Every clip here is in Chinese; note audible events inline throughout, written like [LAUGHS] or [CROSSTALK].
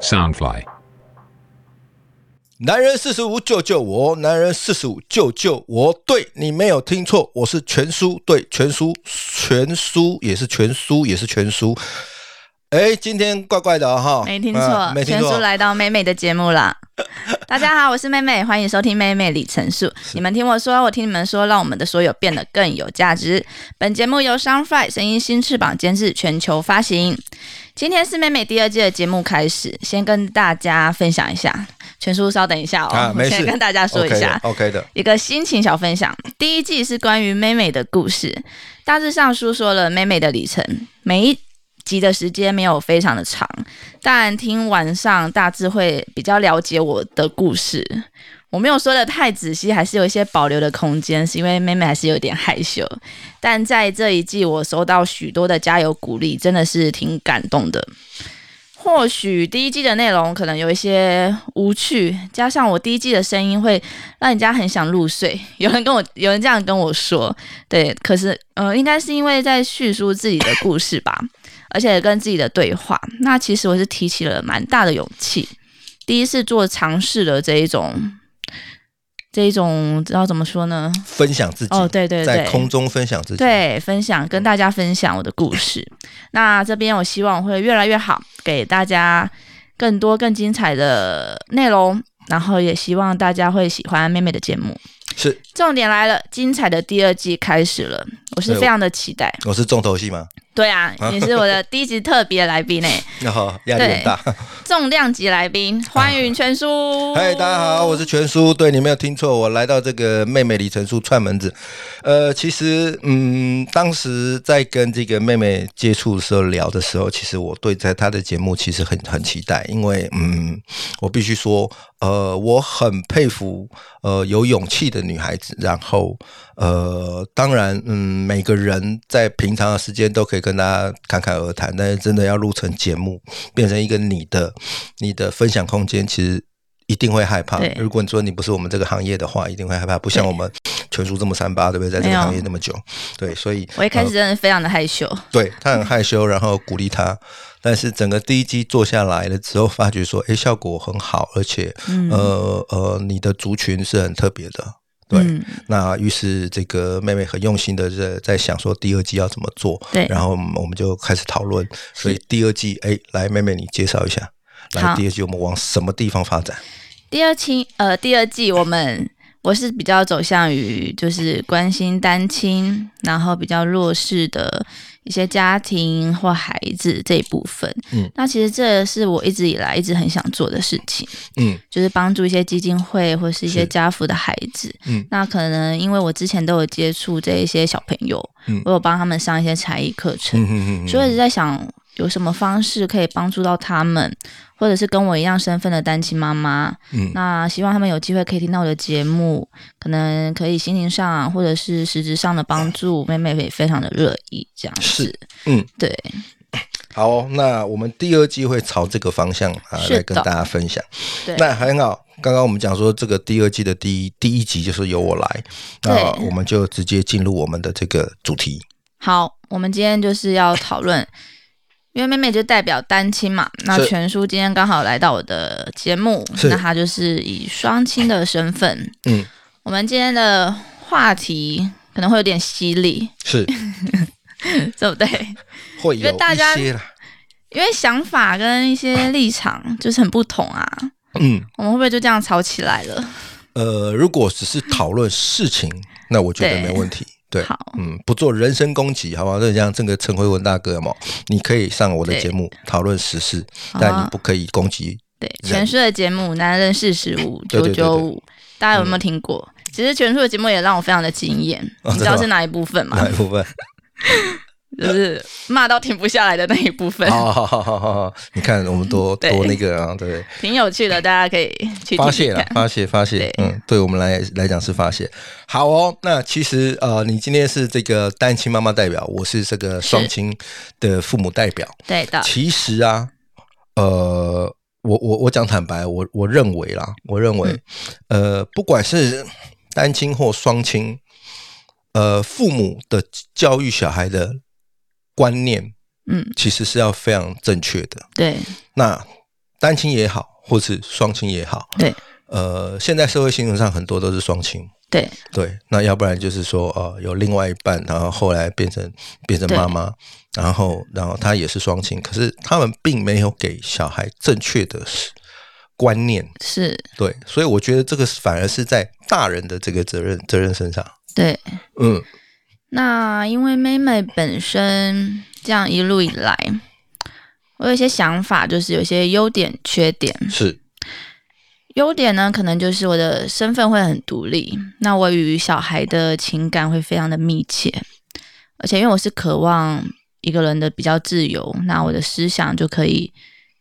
Soundfly. 男人四十五救救我！男人四十五救救我！对你没有听错，我是全叔，对全叔，全叔也是全叔，也是全叔。哎，今天怪怪的哈、没听错，啊没听全叔错。来到妹妹的节 [LAUGHS] 目啦。大家好，我是妹妹，欢迎收听妹妹李陈述。你们听我说，我听你们说，让我们的所有变得更有价值。本节目由 Soundfly 声音新翅膀监制，全球发行。今天是妹妹第二季的节目开始，先跟大家分享一下。全叔稍等一下哦，啊，没我先事，跟大家说一下。 OK 的，OK 的，一个心情小分享。第一季是关于妹妹的故事，大致上述说了妹妹的里程，每一集的时间没有非常的长，但听完上大致会比较了解我的故事。我没有说的太仔细，还是有一些保留的空间，是因为妹妹还是有点害羞。但在这一季，我收到许多的加油鼓励，真的是挺感动的。或许第一季的内容可能有一些无趣，加上我第一季的声音会让人家很想入睡。 [LAUGHS] 有人跟我，有人这样跟我说，对，可是，呃，应该是因为在叙述自己的故事吧， [LAUGHS] 而且跟自己的对话。那其实我是提起了蛮大的勇气，第一次做尝试的这一种，这一种，知道怎么说呢？分享自己，哦，对对对，在空中分享自己。，对，分享跟大家分享我的故事。那这边我希望会越来越好，给大家更多更精彩的内容，然后也希望大家会喜欢妹妹的节目。是重点来了，精彩的第二季开始了，我是对非常的期待。我是重头戏吗？对啊，也是我的第一集特别来 [LAUGHS] 宾诶、然后哦压力很大。重量级来宾，欢迎全叔。嗨，啊大家好，我是全叔。对你没有听错，我来到这个妹妹李成书串门子。呃，其实，嗯，当时在跟这个妹妹接触的时候聊的时候，其实我对在她的节目其实很很期待，因为，嗯，我必须说，呃，我很佩服，呃，有勇气的女孩子。然后，呃，当然，嗯，每个人在平常的时间都可以跟大家侃侃而谈，但是真的要录成节目，变成一个你的你的分享空间，其实一定会害怕对。如果你说你不是我们这个行业的话，一定会害怕，不像对我们全叔这么三八，对不对？在这没个有行业那么久，对，所以呃我一开始真的非常的害羞，对他很害羞，然后鼓励他。但是整个第一季做下来了之后，发觉说，诶，效果很好，而且，嗯呃呃，你的族群是很特别的，对。嗯那于是这个妹妹很用心的在在想说第二季要怎么做，对然后我们就开始讨论。所以第二季，哎，来妹妹你介绍一下，来好第二季我们往什么地方发展？第二期呃第二季我们我是比较走向于就是关心单亲，然后比较弱势的一些家庭或孩子这一部分。嗯，那其实这是我一直以来一直很想做的事情，嗯就是帮助一些基金会或是一些是家扶的孩子。嗯那可能因为我之前都有接触这一些小朋友，嗯我有帮他们上一些才艺课程，嗯嗯嗯，所以一直在想有什么方式可以帮助到他们，或者是跟我一样身份的单亲妈妈。嗯那希望他们有机会可以听到我的节目，可能可以心灵上或者是实质上的帮助，妹妹也非常的乐意这样子哎是。嗯，对，好哦、那我们第二季会朝这个方向啊是的来跟大家分享。对那很好。刚刚我们讲说，这个第二季的第一第一集就是由我来，对那我们就直接进入我们的这个主题。好，我们今天就是要讨论，因为妹妹就代表单亲嘛，那是全叔今天刚好来到我的节目，是那她就是以双亲的身份。嗯，我们今天的话题可能会有点犀利，是对不对？会因有为大家一些啦，因为想法跟一些立场就是很不同啊，嗯，我们会不会就这样吵起来了？呃，如果只是讨论事情，那我觉得对没问题。对，好嗯，不做人身攻击，好不好？那像这个陈慧文大哥嘛，你可以上我的对节目讨论时事，好啊但你不可以攻击。对，人全叔的节目《男人四十五对九对对九五》，大家有没有听过？其实全叔的节目也让我非常的惊艳，哦真你知的道吗是哪一部分吗？哪一部分？就是骂到停不下来的那一部分，好好好好好好，你看我们多对多那个啊，对不对？挺有趣的，大家可以去发听泄听了看，。发泄，发泄对，嗯，对我们来来讲是发泄。好哦，那其实呃，你今天是这个单亲妈妈代表，我是这个双亲的父母代表。对的，其实啊，呃，我我我讲坦白，我我认为啦，我认为，呃，不管是单亲或双亲，呃，父母的教育小孩的观念嗯，其实是要非常正确的。对，那单亲也好，或是双亲也好，对呃，现在社会新闻上很多都是双亲，对对，那要不然就是说，呃，有另外一半，然后后来变成变成妈妈，然后然后她也是双亲，可是他们并没有给小孩正确的观念，是，对，所以我觉得这个反而是在大人的这个责任责任身上，对。嗯，那因为妹妹本身这样一路以来，我有一些想法，就是有一些优点、缺点。是优点呢，可能就是我的身份会很独立，那我与小孩的情感会非常的密切，而且因为我是渴望一个人的比较自由，那我的思想就可以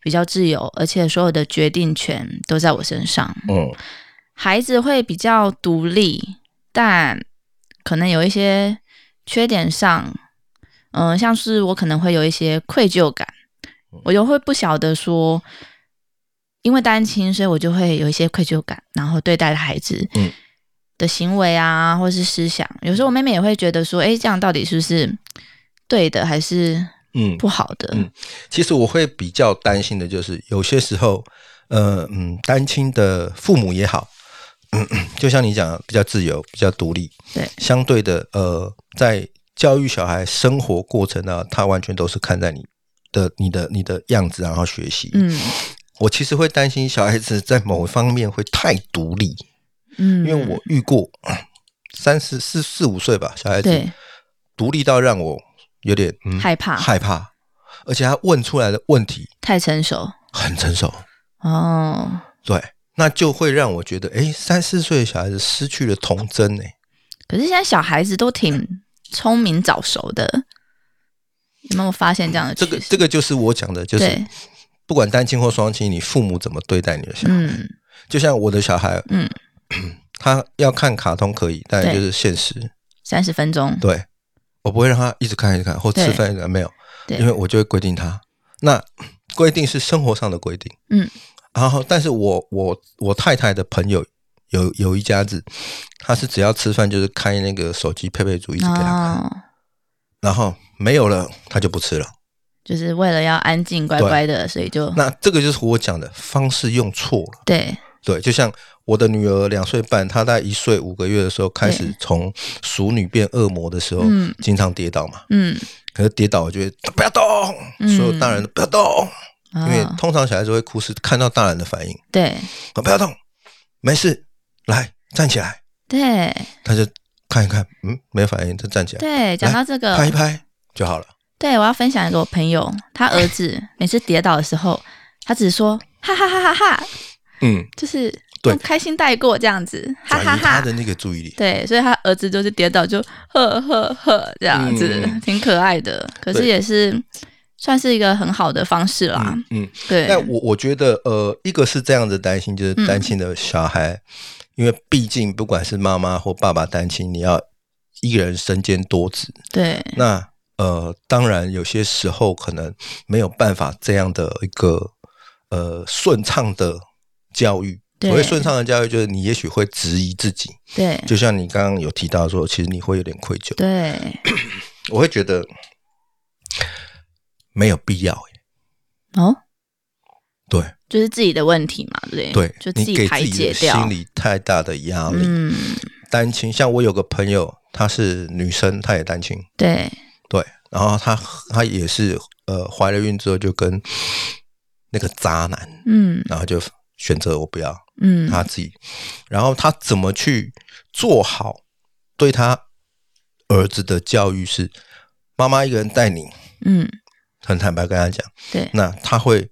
比较自由，而且所有的决定权都在我身上。嗯孩子会比较独立，但可能有一些缺点上，嗯、像是我可能会有一些愧疚感，嗯我就会不晓得说，因为单亲，所以我就会有一些愧疚感，然后对待孩子嗯的行为啊，或是思想，有时候我妹妹也会觉得说，诶，这样到底是不是对的，还是嗯，不好的？嗯其实我会比较担心的就是，有些时候，呃嗯，单亲的父母也好， [COUGHS] 就像你讲的，比较自由，比较独立，对，相对的，呃，在教育小孩生活过程呢、他完全都是看在你的、你的、你的样子，然后学习。，嗯我其实会担心小孩子在某一方面会太独立，嗯，因为我遇过 [COUGHS] 三十四四五岁吧，小孩子对独立到让我有点、嗯、害怕害怕，而且他问出来的问题太成熟很成熟。哦，对，那就会让我觉得，哎，三四岁的小孩子失去了童真，哎，可是现在小孩子都挺聪明早熟的，有没有发现这样的这趋个势这个就是我讲的，就是对，不管单亲或双亲，你父母怎么对待你的小孩，嗯就像我的小孩，嗯， [CLEARS THROAT] 他要看卡通可以，但对就是现实，三十分钟，对我不会让他一直看一直看或对吃饭一直看没有，对因为我就会规定他，那规定是生活上的规定，嗯，然后但是我我我太太的朋友。有有一家子，他是只要吃饭就是开那个手机配配组一直给他看，哦，然后没有了，他就不吃了。就是为了要安静乖乖的，所以就那这个就是我讲的方式用错了。对对，就像我的女儿两岁半，她在一岁五个月的时候开始对从熟女变恶魔的时候，嗯经常跌倒嘛。嗯，可是跌倒，我就会不要动，嗯所有大人都不要动，因为哦通常小孩子会哭是看到大人的反应，对啊不要动，没事，来站起来，对他就看一看，嗯，没反应，他站起来，对，讲到这个，拍一拍就好了。对我要分享一个我朋友，他儿子哎每次跌倒的时候，他只说哈哈哈哈哈，嗯，就是对用开心带过这样子，哈转哈移他哈。的那个注意力。对，所以他儿子就是跌倒就呵呵呵这样子，嗯挺可爱的。可是对也是算是一个很好的方式啦。嗯嗯，啊对，但我我觉得，呃，一个是这样的担心，就是嗯担心的小孩，因为毕竟不管是妈妈或爸爸担心，你要一个人身兼多职。对那呃，当然有些时候可能没有办法这样的一个呃顺畅的教育。对所谓顺畅的教育，就是你也许会质疑自己，对就像你刚刚有提到说，其实你会有点愧疚。对，我会觉得没有必要耶。哦，对就是自己的问题嘛，对不对对？，就你自己给排自己解的掉心。理太大的压力。嗯，单亲，像我有个朋友，她是女生，她也单亲，对对，然后她她也是呃怀了孕之后就跟那个渣男，嗯然后就选择我不要嗯她自己，然后她怎么去做好对她儿子的教育是妈妈一个人带你，嗯，很坦白跟她讲，对那她会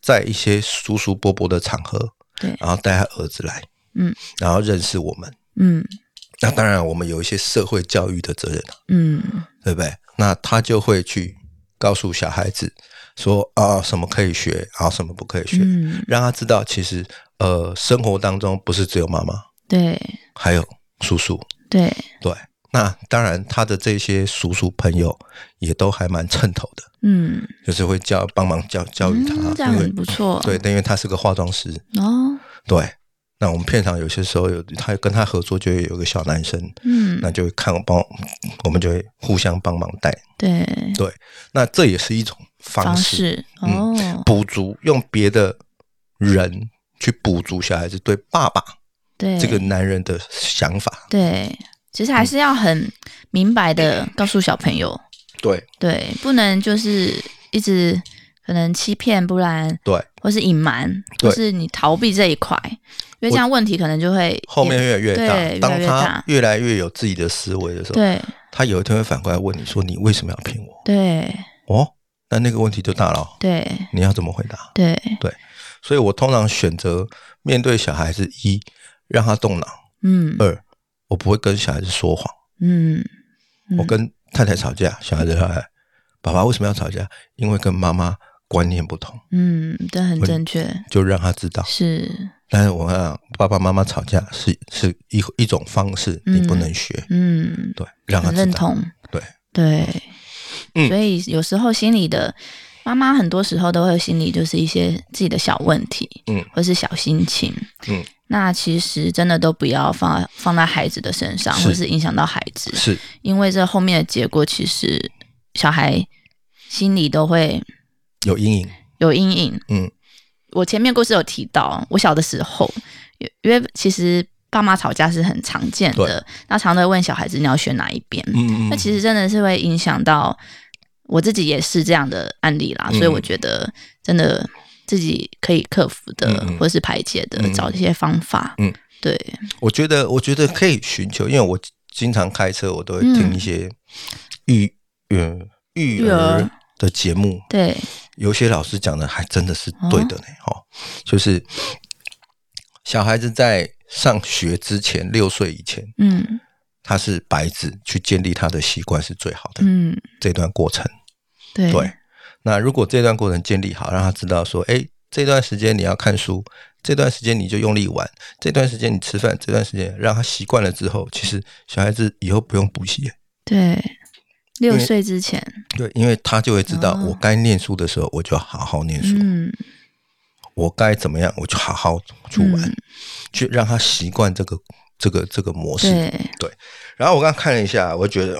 在一些叔叔伯伯的场合，对然后带她儿子来，嗯，然后认识我们。嗯那当然，我们有一些社会教育的责任啊嗯对不对？那他就会去告诉小孩子说啊，什么可以学，啊，什么不可以学，嗯，让他知道其实呃，生活当中不是只有妈妈，对还有叔叔。对对，那当然他的这些叔叔朋友也都还蛮称头的，嗯，就是会教帮忙教教育他，嗯这样因为很不错。对，但因为他是个化妆师，哦，对。那我们片场有些时候有他跟他合作，就会有个小男生，嗯那就会看我帮，我们就会互相帮忙带。对，那这也是一种方式，嗯方式哦，补足用别的人去补足小孩子对爸爸对这个男人的想法。对，其实还嗯是要很明白的告诉小朋友，对对，不能就是一直可能欺骗，不然对，或是隐瞒，对或是你逃避这一块，因为这样问题可能就会后面越来越大，对当越来越他大越来越有自己的思维的时候，对他有一天会反过来问你说：“你为什么要骗我对？”哦，那那个问题就大了哦，对你要怎么回答？对，所以我通常选择面对小孩子一，让他动脑；嗯二，我不会跟小孩子说谎。嗯，嗯我跟太太吵架，小孩子说：“哎，爸爸为什么要吵架？因为跟妈妈观念不同。”嗯，这很正确，就让他知道。是但是我跟你讲，爸爸妈妈吵架是是一一种方式，嗯你不能学。嗯，对，让他很知认道。同，对对，嗯所以有时候心里的妈妈很多时候都会有心里就是一些自己的小问题，嗯，或是小心情，嗯，那那其实真的都不要放放在孩子的身上，是或是影响到孩子，是因为这后面的结果其实小孩心里都会有阴影。有阴影。嗯，我前面故事有提到，我小的时候，因因为其实爸妈吵架是很常见的，那常常会问小孩子你要选哪一边，嗯嗯那嗯，其实真的是会影响到我自己也是这样的案例啦，嗯所以我觉得真的自己可以克服的，嗯嗯或是排解的，嗯嗯找一些方法。嗯，对，我觉得我觉得可以寻求，因为我经常开车，我都会听一些育嗯育嗯育儿儿的节目，对，有些老师讲的还真的是对的呢。哦，就是小孩子在上学之前，六岁以前，嗯他是白纸去建立他的习惯是最好的、嗯，这段过程。对对，那如果这段过程建立好，让他知道说，哎，这段时间你要看书，这段时间你就用力玩，这段时间你吃饭，这段时间让他习惯了之后，其实小孩子以后不用补习，对，六岁之前，对，因为他就会知道，哦我该念书的时候我就好好念书，嗯我该怎么样我就好好去玩，嗯去让他习惯这个这个这个模式。对，然后我刚刚看了一下，我觉得。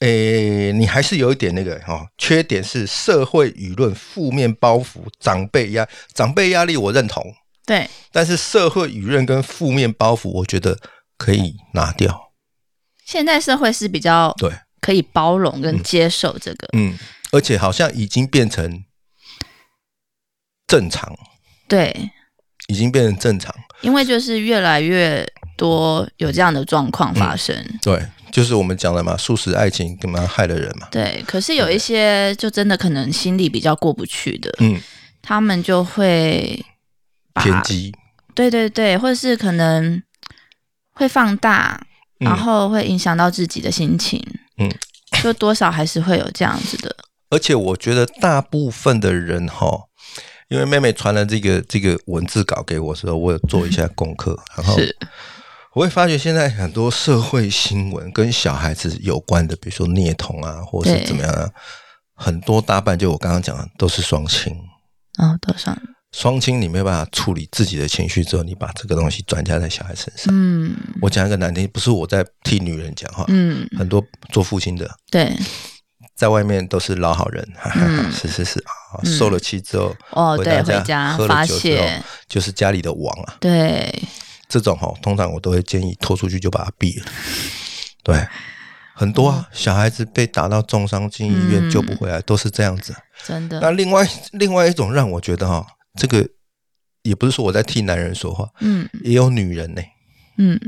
诶，你还是有一点那个哈、哦，缺点是社会舆论、负面包袱、长辈压、长辈压力，我认同。对，但是社会舆论跟负面包袱，我觉得可以拿掉。现在社会是比较对，可以包容跟接受这个，嗯，而且好像已经变成正常，对，已经变成正常。因为就是越来越多有这样的状况发嗯生。对，就是我们讲的嘛，素食爱情干嘛害了人嘛。对，可是有一些就真的可能心里比较过不去的，嗯，他们就会把偏激，对对对，或者是可能会放大，嗯然后会影响到自己的心情，嗯， [COUGHS] 就多少还是会有这样子的，而且我觉得大部分的人哈，因为妹妹传了这个这个文字稿给我的时候，我有做一下功课，然后是，我会发觉现在很多社会新闻跟小孩子有关的，比如说虐童啊，或是对怎么样啊，很多大半就我刚刚讲的都是双亲。然后嗯多少，双亲你没有办法处理自己的情绪之后，你把这个东西转嫁在小孩身上。嗯我讲一个难听，不是我在替女人讲话，嗯，很多做父亲的对，在外面都是老好人，哈哈哈，嗯是是是啊，嗯受了气之后，哦对，回回到家喝发了酒之后泄，就是家里的王啊。对，这种哦，通常我都会建议拖出去就把它毙了。对，很多啊，小孩子被打到重伤进医院嗯救不回来，都是这样子。真那的，另外另外一种让我觉得哈、这个也不是说我在替男人说话，嗯也有女人呢、嗯，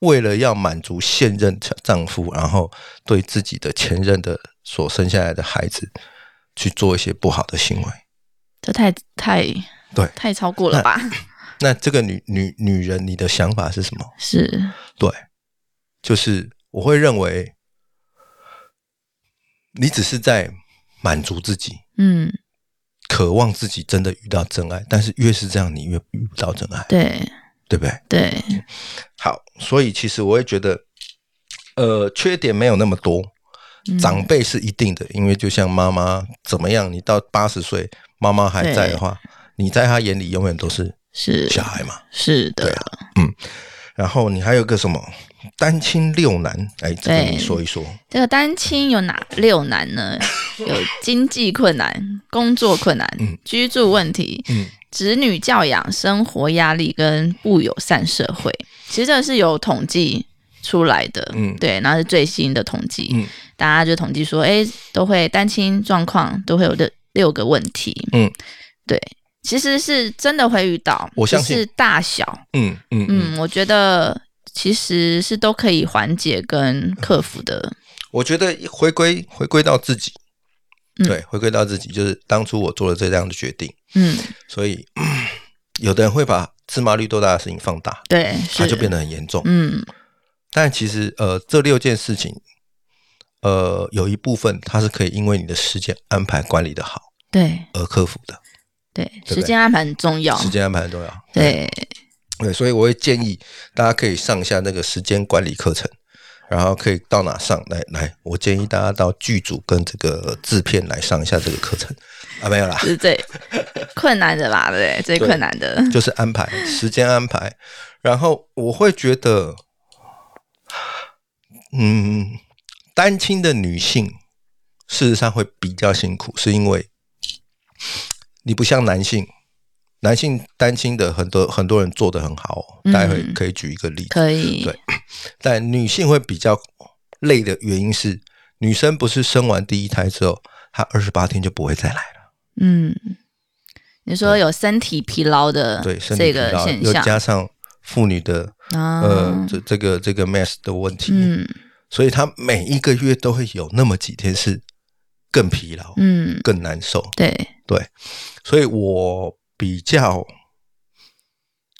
为了要满足现任丈夫，然后对自己的前任的所生下来的孩子去做一些不好的行为。这太太对太超过了吧？ [LAUGHS] 那这个女女女人，你的想法是什么？是，对，就是我会认为，你只是在满足自己，嗯，渴望自己真的遇到真爱，但是越是这样，你越遇不到真爱，对对不对？对，好，所以其实我会觉得，呃，缺点没有那么多，嗯长辈是一定的，因为就像妈妈怎么样，你到八十岁，妈妈还在的话，你在她眼里永远都是是小孩嘛。是对啊的，然后你还有个什么单亲六难，哎，这个对你说一说。这个单亲有哪六难呢？有经济困难、工作困难、嗯居住问题、嗯子女教养、生活压力跟不友善社会，其实这是有统计出来的，嗯对，然后是最新的统计，嗯大家就统计说，哎，都会单亲状况都会有六六个问题，嗯，对，其实是真的会遇到，我相信只是大小，嗯嗯嗯，嗯，我觉得其实是都可以缓解跟克服的，我觉得回归回归到自己，嗯对，回归到自己，就是当初我做了这样的决定，嗯，所以、 [CLEARS THROAT] 嗯有的人会把芝麻绿豆大的事情放大，对，它是就变得很严重。嗯但其实呃，这六件事情，呃，有一部分它是可以因为你的时间安排管理的好对而克服的，对，对时间安排很重要，时间安排很重要。对，对，所以我会建议大家可以上一下那个时间管理课程，然后可以到哪上来来，我建议大家到剧组跟这个制片来上一下这个课程啊，没有啦，是最困难的吧？对，最对困难的，就是安排时间安排，然后我会觉得，嗯，单亲的女性事实上会比较辛苦，是因为你不像男性，男性单亲的很多很多人做得很好、哦，待会嗯可以举一个例子。可以，对但女性会比较累的原因是，女生不是生完第一胎之后，她二十八天就不会再来了。嗯，你说有身体疲劳的对，身体啊这疲个劳现又象加上妇女的啊，呃这这个这个 mass 的问题，嗯所以她每一个月都会有那么几天是更疲劳、嗯，更难受。对，对，所以我比较，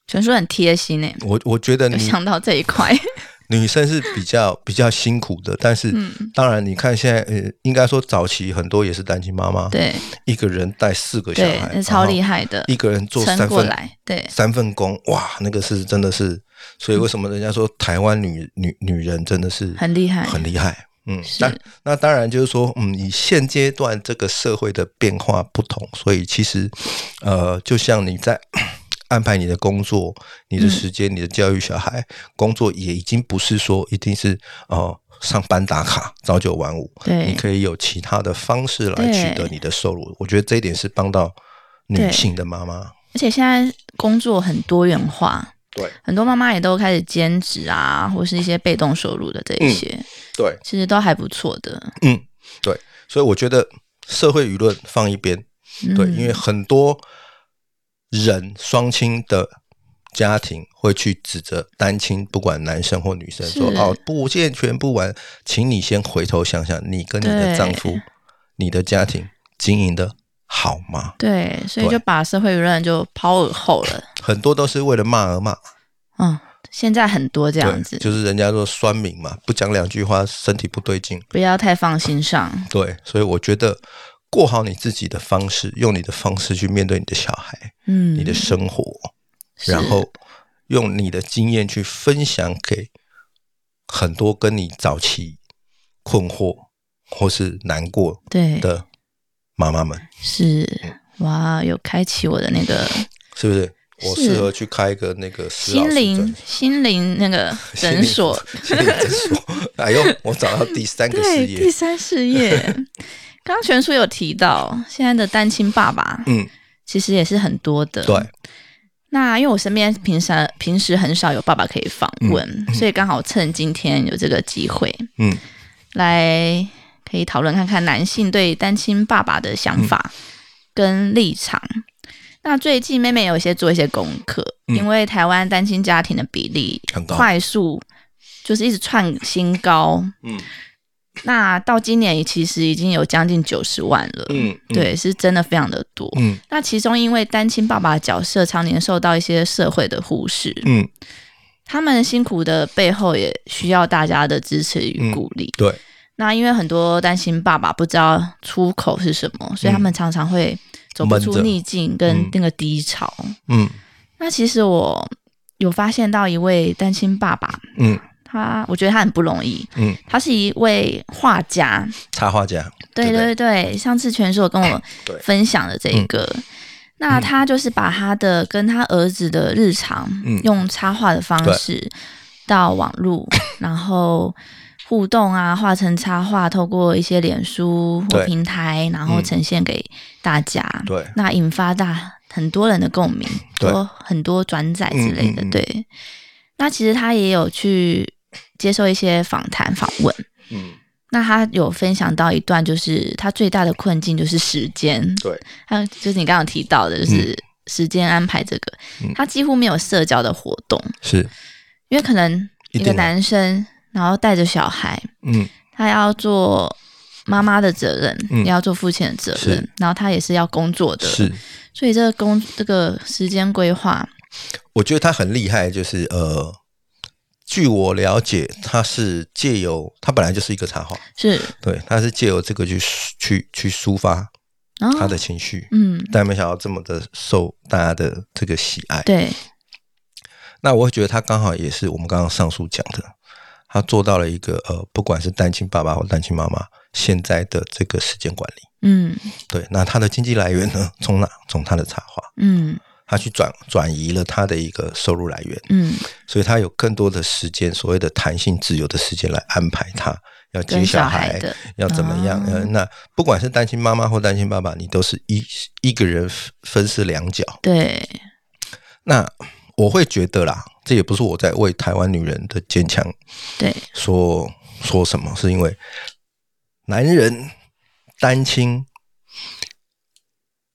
全叔很贴心诶，我我觉得有女想到这一 [LAUGHS] 块，女生是比较 [LAUGHS] 比较辛苦的，但是。嗯，当然，你看现在，呃，应该说早期很多也是单亲妈妈，对一个人带四个小对孩，，那超厉害的，一个人做撑三过份来，对，三份工，哇，那个是真的是，所以为什么人家说台湾女 [LAUGHS] 女女人真的是很厉害，很厉害？嗯，是那那当然就是说，嗯，以现阶段这个社会的变化不同，所以其实，呃，就像你在 [COUGHS] 安排你的工作、你嗯的时间、你的教育小孩，工作也已经不是说一定是哦、呃上班打卡朝九晚五，你对，可以有其他的方式来对取得你的收入。我觉得这一点是帮到女对性的妈妈。而且现在工作很多元化。对很多妈妈也都开始兼职啊，或是一些被动收入的这一嗯些，对其实都还不错的。对，所以我觉得社会舆论放一边，嗯、对，因为很多人双亲的家庭会去指责单亲，不管男生或女生是说哦不健全不完，请你先回头想想，你跟你的对丈夫、你的家庭经营的好吗？对，所以对就把社会舆论就抛耳后了。很多都是为了骂而骂，嗯，现在很多这样对，子，就是人家说酸民嘛，不讲两句话，身体不对劲。不要太放心上。对，所以我觉得过好你自己的方式，用你的方式去面对你的小孩、嗯，你的生活，是然后用你的经验去分享给很多跟你早期困惑或是难过对的妈妈们，是哇，有开启我的那个是不是？我是适合去开一个那个施老心师灵诊心灵那个诊所， [LAUGHS] 心灵诊所。哎呦，我找到第三个 [LAUGHS] 事对第业，三事业。 [LAUGHS] 刚刚全叔有提到，现在的单亲爸爸嗯，其实也是很多的。对，那因为我身边平常平时很少有爸爸可以访问，所以刚好趁今天有这个机会，嗯，来可以讨论看看男性对单亲爸爸的想法嗯跟立场。那最近妹妹有一些做一些功课，嗯因为台湾单亲家庭的比例很高快速就是一直创新高，嗯那到今年其实已经有将近九十万了，嗯，嗯，对，是真的非常的多。嗯那其中，因为单亲爸爸的角色常年受到一些社会的忽视，嗯，他们辛苦的背后也需要大家的支持与嗯鼓励。对，那因为很多单亲爸爸不知道出口是什么，所以他们常常会走不闷出着逆境跟嗯那个低潮。嗯那其实我有发现到一位单亲爸爸，嗯他我觉得他很不容易，嗯，他是一位画家，插画家，对对不对对对，上次全硕跟我 [COUGHS] 对嗯分享的这一个，那他就是把他的跟他儿子的日常，嗯 [LAUGHS] 用插画的方式到网络，然后互动啊，画成插画，透过一些脸书或对平台，然后嗯呈现给大家，对，那引发大很多人的共鸣，对多很多转载之类的。嗯嗯嗯对，那其实他也有去接受一些访谈访问。嗯，那他有分享到一段，就是他最大的困境就是时间。对，还有就是你刚刚有提到的，就是时间安排这个，嗯他几乎没有社交的活动，是，因为可能一一定个的男生，然后带着小孩，嗯，他要做妈妈的责任，嗯也要做父亲的责任是，然后他也是要工作的，是。所以这个工这个时间规划，我觉得他很厉害，就是呃，据我了解，他是借由他本来就是一个插画，是对，他是借由这个去抒去去抒发然后他的情绪，哦嗯，但没想到这么的受大家的这个喜爱。对，那我会觉得他刚好也是我们刚刚上述讲的，他做到了一个呃，不管是单亲爸爸或单亲妈妈现在的这个时间管理。嗯对，那他的经济来源呢？从哪？从他的插画，嗯他去转转移了他的一个收入来源。嗯，所以他有更多的时间，所谓的弹性自由的时间来安排他要接跟小小孩，孩的，要怎么样？哦呃，那不管是单亲妈妈或单亲爸爸，你都是一一个人分分饰两角。对，那我会觉得啦，这也不是我在为台湾女人的坚强对，说说什么，是因为男人单亲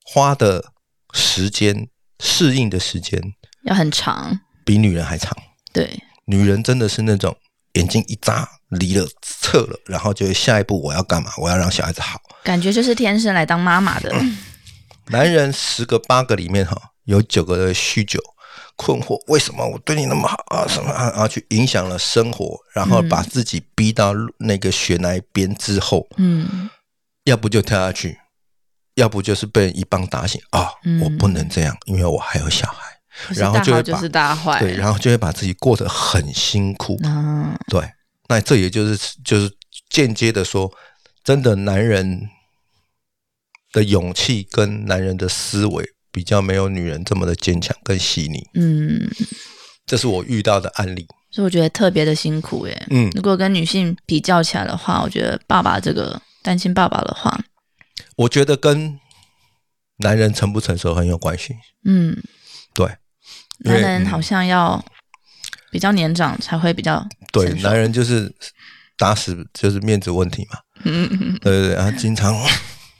花的时间适应的时间要很长，比女人还长。对，女人真的是那种眼睛一眨离了撤了，然后就下一步我要干嘛？我要让小孩子好。感觉就是天生来当妈 [LAUGHS] 妈的，男人十个八个里面哈，有九个的酗酒、困惑，为什么我对你那么好啊？什么啊？啊去影响了生活，然后嗯把自己逼到那个悬崖边之后，嗯要不就跳下去，要不就是被人一棒打醒啊！嗯我不能这样，因为我还有小孩。不是然后大就好会就把是大坏，对，然后就会把自己过得很辛苦。哎嗯对，那这也就是就是间接的说，真的男人的勇气跟男人的思维比较没有女人这么的坚强跟细腻，嗯，这是我遇到的案例。所以我觉得特别的辛苦耶。嗯，如果跟女性比较起来的话，我觉得爸爸这个单亲爸爸的话，我觉得跟男人成不成熟很有关系。嗯，对因男为人好像要比较年长才会比较对，成熟男人就是打死就是面子问题嘛。嗯嗯嗯对对对，然后经常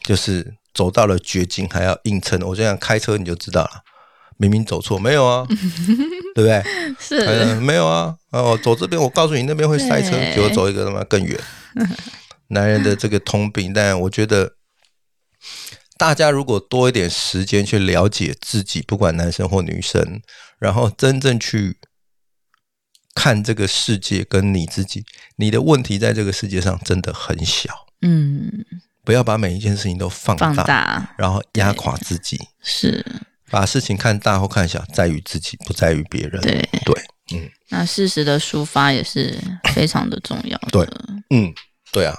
就是走到了绝境还要硬撑。我这样开车你就知道了，明明走错没有啊，对不对？是、嗯，没有啊，哦，走这边，我告诉你那边会塞车，对结果走一个他妈更远。男人的这个通病，但我觉得大家如果多一点时间去了解自己，不管男生或女生，然后真正去看这个世界跟你自己，你的问题在这个世界上真的很小，嗯不要把每一件事情都放大，放大然后压垮自己。是把事情看大或看小，在于自己，不在于别人。对对，嗯那适时的抒发也是非常的重要的。对嗯，对啊，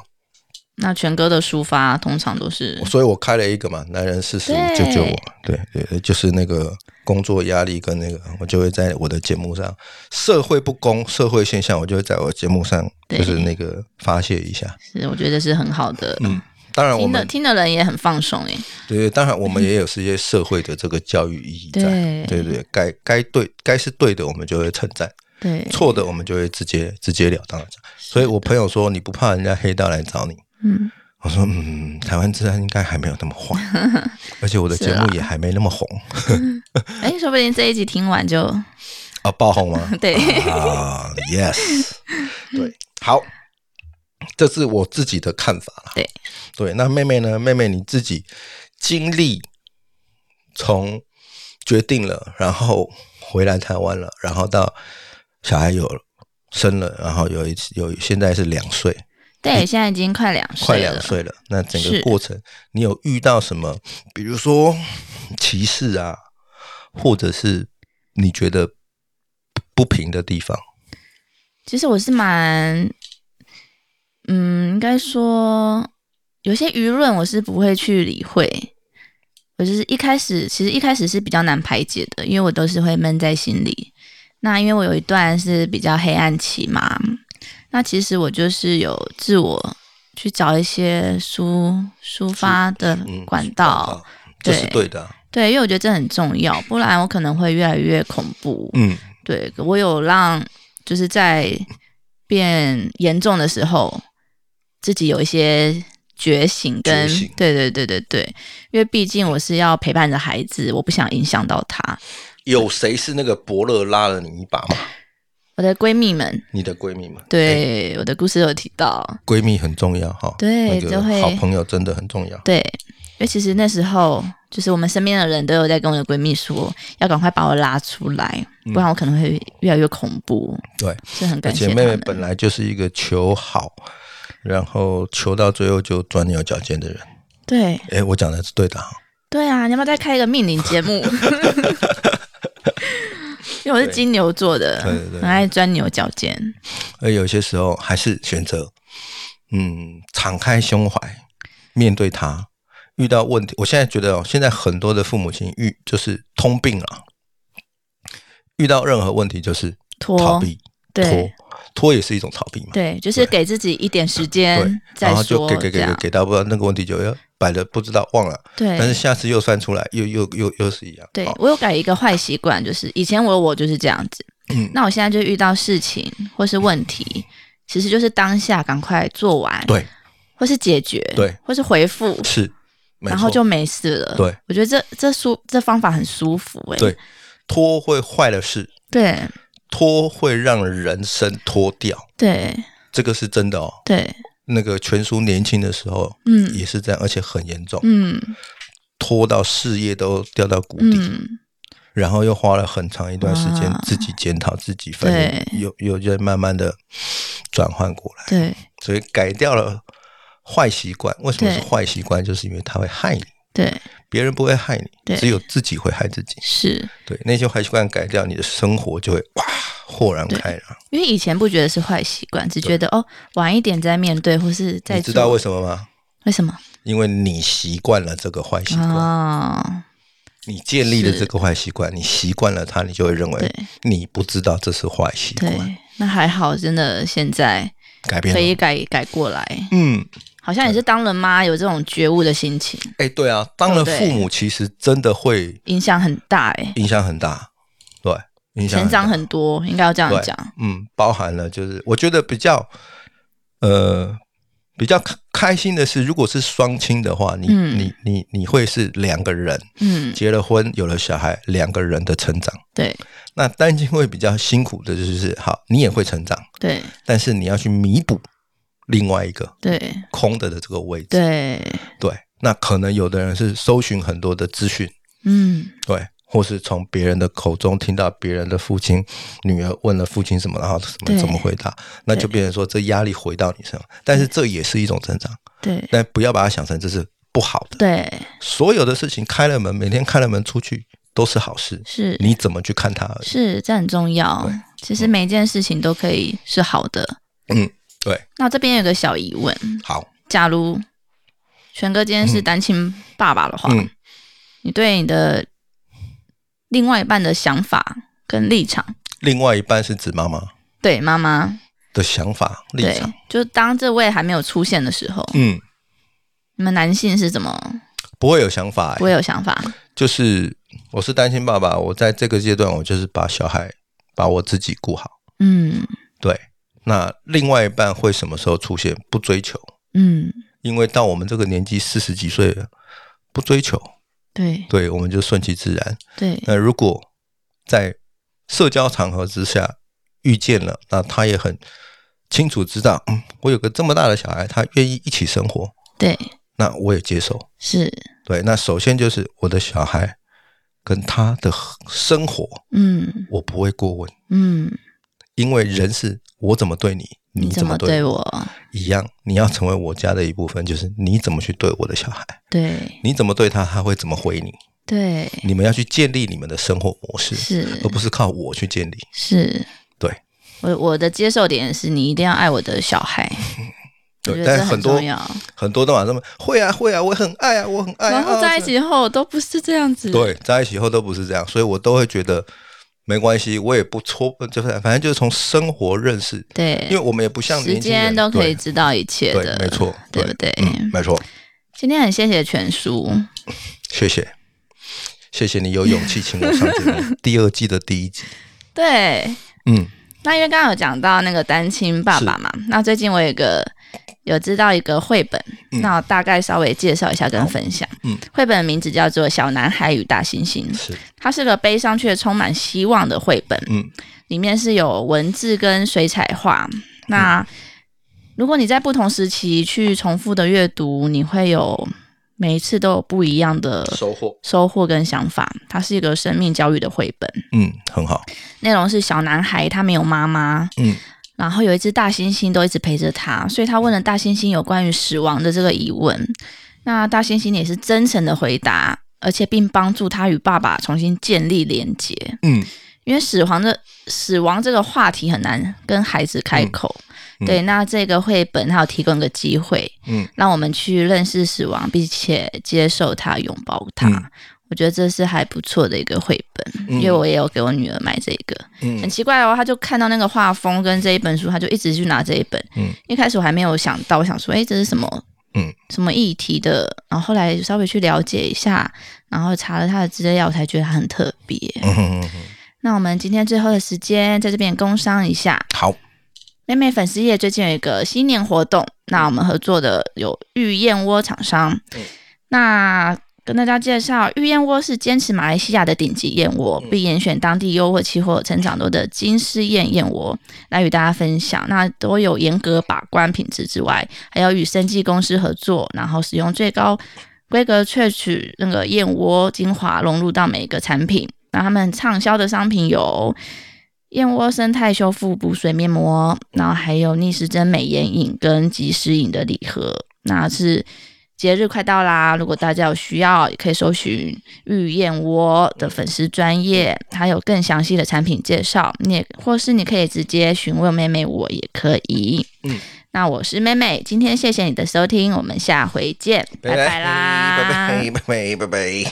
那全哥的抒发通常都是所以我开了一个嘛，男人四十五嗯对救救我，对对对，就是那个工作压力跟那个，我就会在我的节目上，社会不公、社会现象，我就会在我节目上对就是那个发泄一下。是我觉得是很好的，嗯，当然我听的们听的人也很放松诶。对对，当然我们也有一些社会的这个教育意义在， [LAUGHS] 对对对，该该对该是对的，我们就会称赞；对，错的，我们就会直接直截了当的讲。所以我朋友说，你不怕人家黑道来找你？嗯我说，嗯，台湾治安应该还没有那么 [LAUGHS] 坏，而且我的是啊节目啦也还没那么红。哎、说不定这一集听完就 [LAUGHS] 啊，爆红吗？对，啊，yes，对，好，这是我自己的看法啦。对对，那妹妹呢？妹妹你自己经历从决定了，然后回来台湾了，然后到小孩有了生了，然后有一次有现在是两岁， [LAUGHS] 对，现在已经快两快岁了，两岁了。那整个是过程，你有遇到什么？比如说歧视啊，或者是你觉得不平的地方？其实我是蛮，嗯，应该说有些舆论我是不会去理会。我就是一开始，其实一开始是比较难排解的，因为我都是会闷在心里。那因为我有一段是比较黑暗期嘛，那那其实我就是有自我去找一些抒抒发的嗯管道，这是哦对对的啊，对，因为我觉得这很重要，不然我可能会越来越恐怖。嗯对我有让就是在变严重的时候，自己有一些觉醒跟觉醒对对对对对，因为毕竟我是要陪伴着孩子，我不想影响到他。有谁是那个伯乐拉了你一把吗？我的闺蜜们，你的闺蜜吗？哎，对、我的故事有提到，闺蜜很重要哈。对那就个会好朋友真的很重要。对，因为其实那时候就是我们身边的人都有在跟我的闺蜜说，要赶快把我拉出来，嗯不然我可能会越来越恐怖。对，是很而感谢且他妹妹们。本来就是一个求好，然后求到最后就钻牛角尖的人。对哎，我讲的是对的哈。对啊，你要不要再开一个命理节目？因为我是金牛座的，对对对很爱钻牛角尖。而有些时候还是选择，嗯，敞开胸怀面对它。遇到问题，我现在觉得哦，现在很多的父母亲遇就是通病了，遇到任何问题就是拖逃避，拖对拖也是一种逃避嘛。对，就是给自己一点时间再然后就说，给给这给给样给到不知道那个问题就要摆了不知道忘了，但是对。下次又算出来又又又又是一样。对哦，我有改一个坏习惯，就是以前我的我就是这样子，嗯那我现在就遇到事情或是问题，其实就是当下赶快做完，对或是解决，对，或是回复，是，没然后错就没事了。对，我觉得这这舒这方法很舒服、欸，对拖会坏了事，对拖会让人生脱掉，对这个是真的哦。对，那个全叔年轻的时候，嗯也是这样，而且很严重，嗯拖到事业都掉到谷底，嗯，然后又花了很长一段时间哇自己检讨自己，反正对有有在慢慢的转换过来，对所以改掉了坏习惯。为什么是对坏习惯？就是因为它会害你，对别人不会害你，对只有自己会害自己。是。对，那些坏习惯改掉，你的生活就会哇豁然开朗。因为以前不觉得是坏习惯，只觉得哦晚一点再面对，或是再你知道为为什么吗？为什么因为你习惯了这个坏习惯。哦，你建立了是这个坏习惯，你习惯了它，你就会认为对你不知道这是坏习惯，对，那还好，真的现在改变可以了。改改过来，嗯，好像也是当了妈有这种觉悟的心情，哎，对啊，当了哦对不父对母其实真的会影响很大哎、影响很大，对，影响成很大长很多，应该要这样对讲，嗯，包含了就是我觉得比较呃比较开开心的是，如果是双亲的话，你、嗯你你你会是两个人嗯，结了婚有了小孩，两个人的成长。对那单亲会比较辛苦的就是，好，你也会成长，对但是你要去弥补另外一个对空的的这个位置。对，对那可能有的人是搜寻很多的资讯，嗯对，或是从别人的口中听到别人的父亲、女儿问了父亲什么，然后什么对怎么回答，那就变成说这压力回到你身上。但是这也是一种成长，对但不要把它想成这是不好的。对所有的事情开了门，每天开了门出去都是好事，是你怎么去看它而已。是，这很重要对。其实每一件事情都可以是好的。嗯，对，那这边有个小疑问：好，假如全哥今天是单亲爸爸的话，嗯，你对你的另外一半的想法跟立场，另外一半是指妈妈对妈妈，的想法立对场，，就当这位还没有出现的时候，嗯，你们男性是怎么不会有想法、欸不，会有想法？就是我是单亲爸爸，我在这个阶段，我就是把小孩把我自己顾好。嗯对，那另外一半会什么时候出现？不追求，嗯，因为到我们这个年纪四十几岁了，不追求，对对，我们就顺其自然。对那如果在社交场合之下遇见了，那他也很清楚知道，嗯，我有个这么大的小孩，他愿意一起生活，对，那我也接受。是对，那首先就是我的小孩跟他的生活，嗯我不会过问，嗯，因为人是我怎么对你，你你怎怎么么对对我我？一样。你要成为我家的一部分，就是你怎么去对我的小孩，对你怎么对他，他会怎么回你。对你们要去建立你们的生活模式，是而不是靠我去建立。是，对我我的接受点是你一定要爱我的小孩，我觉对，得但是这很很多重要。很多都嘛，他们会啊会啊，我很爱啊，我很爱啊。然后在一啊，起后都不是这样子，对，在一起后都不是这样，所以我都会觉得没关系，我也不戳，就是反正就是从生活认识，因为对，我们也不像时年轻人间都可对以知道一切对的，没错对对不对？嗯，没错，今天很谢谢全叔，谢谢，谢谢你有勇气请我上节目第二季的第 [LAUGHS] 一集，对，嗯，那因为刚刚有讲到那个单亲爸爸嘛，那最近我有一个有知道一个绘本，嗯那我大概稍微介绍一下跟分享。嗯，绘本的名字叫做《小男孩与大猩猩》，是，它是个悲伤却充满希望的绘本，嗯里面是有文字跟水彩画。那、如果你在不同时期去重复的阅读，你会有每一次都有不一样的收获，收获跟想法。它是一个生命教育的绘本，嗯，很好，内容是小男孩他没有妈妈，嗯然后有一只大猩猩都一直陪着他，所以他问了大猩猩有关于死亡的这个疑问。那大猩猩也是真诚的回答，而且并帮助他与爸爸重新建立连结。嗯因为死亡的死亡这个话题很难跟孩子开口，嗯嗯对。那这个绘本还有提供一个机会，嗯，让我们去认识死亡，并且接受它、拥抱它。嗯我觉得这是还不错的一个绘本，嗯因为我也有给我女儿买这个。很嗯奇怪哦，他就看到那个画风跟这一本书，他就一直去拿这一本。嗯一开始我还没有想到，我想说，哎，这是什么？嗯，什么议题的？然后后来稍微去了解一下，然后查了他的资料，我才觉得他很特别。嗯嗯嗯，那我们今天最后的时间，在这边工商一下，好，妹妹粉丝页最近有一个新年活动，那我们合作的有玉燕窝厂商。那跟大家介绍，玉燕窝是坚持马来西亚的顶级燕窝，并严选当地优惠期货成长多的金丝燕燕窝来与大家分享。那都有严格把关品质之外，还要与生技公司合作，然后使用最高规格萃取那个燕窝精华融入到每一个产品。那他们畅销的商品有燕窝生态修复补水面膜，然后还有逆时针美眼影跟即时影的礼盒，那是节日快到啦，如果大家有需要，也可以搜寻玉燕窝的粉丝专业，还有更详细的产品介绍，你也或是你可以直接询问妹妹我也可以。嗯，那我是妹妹，今天谢谢你的收听，我们下回见，拜啦，拜拜，拜拜，拜拜。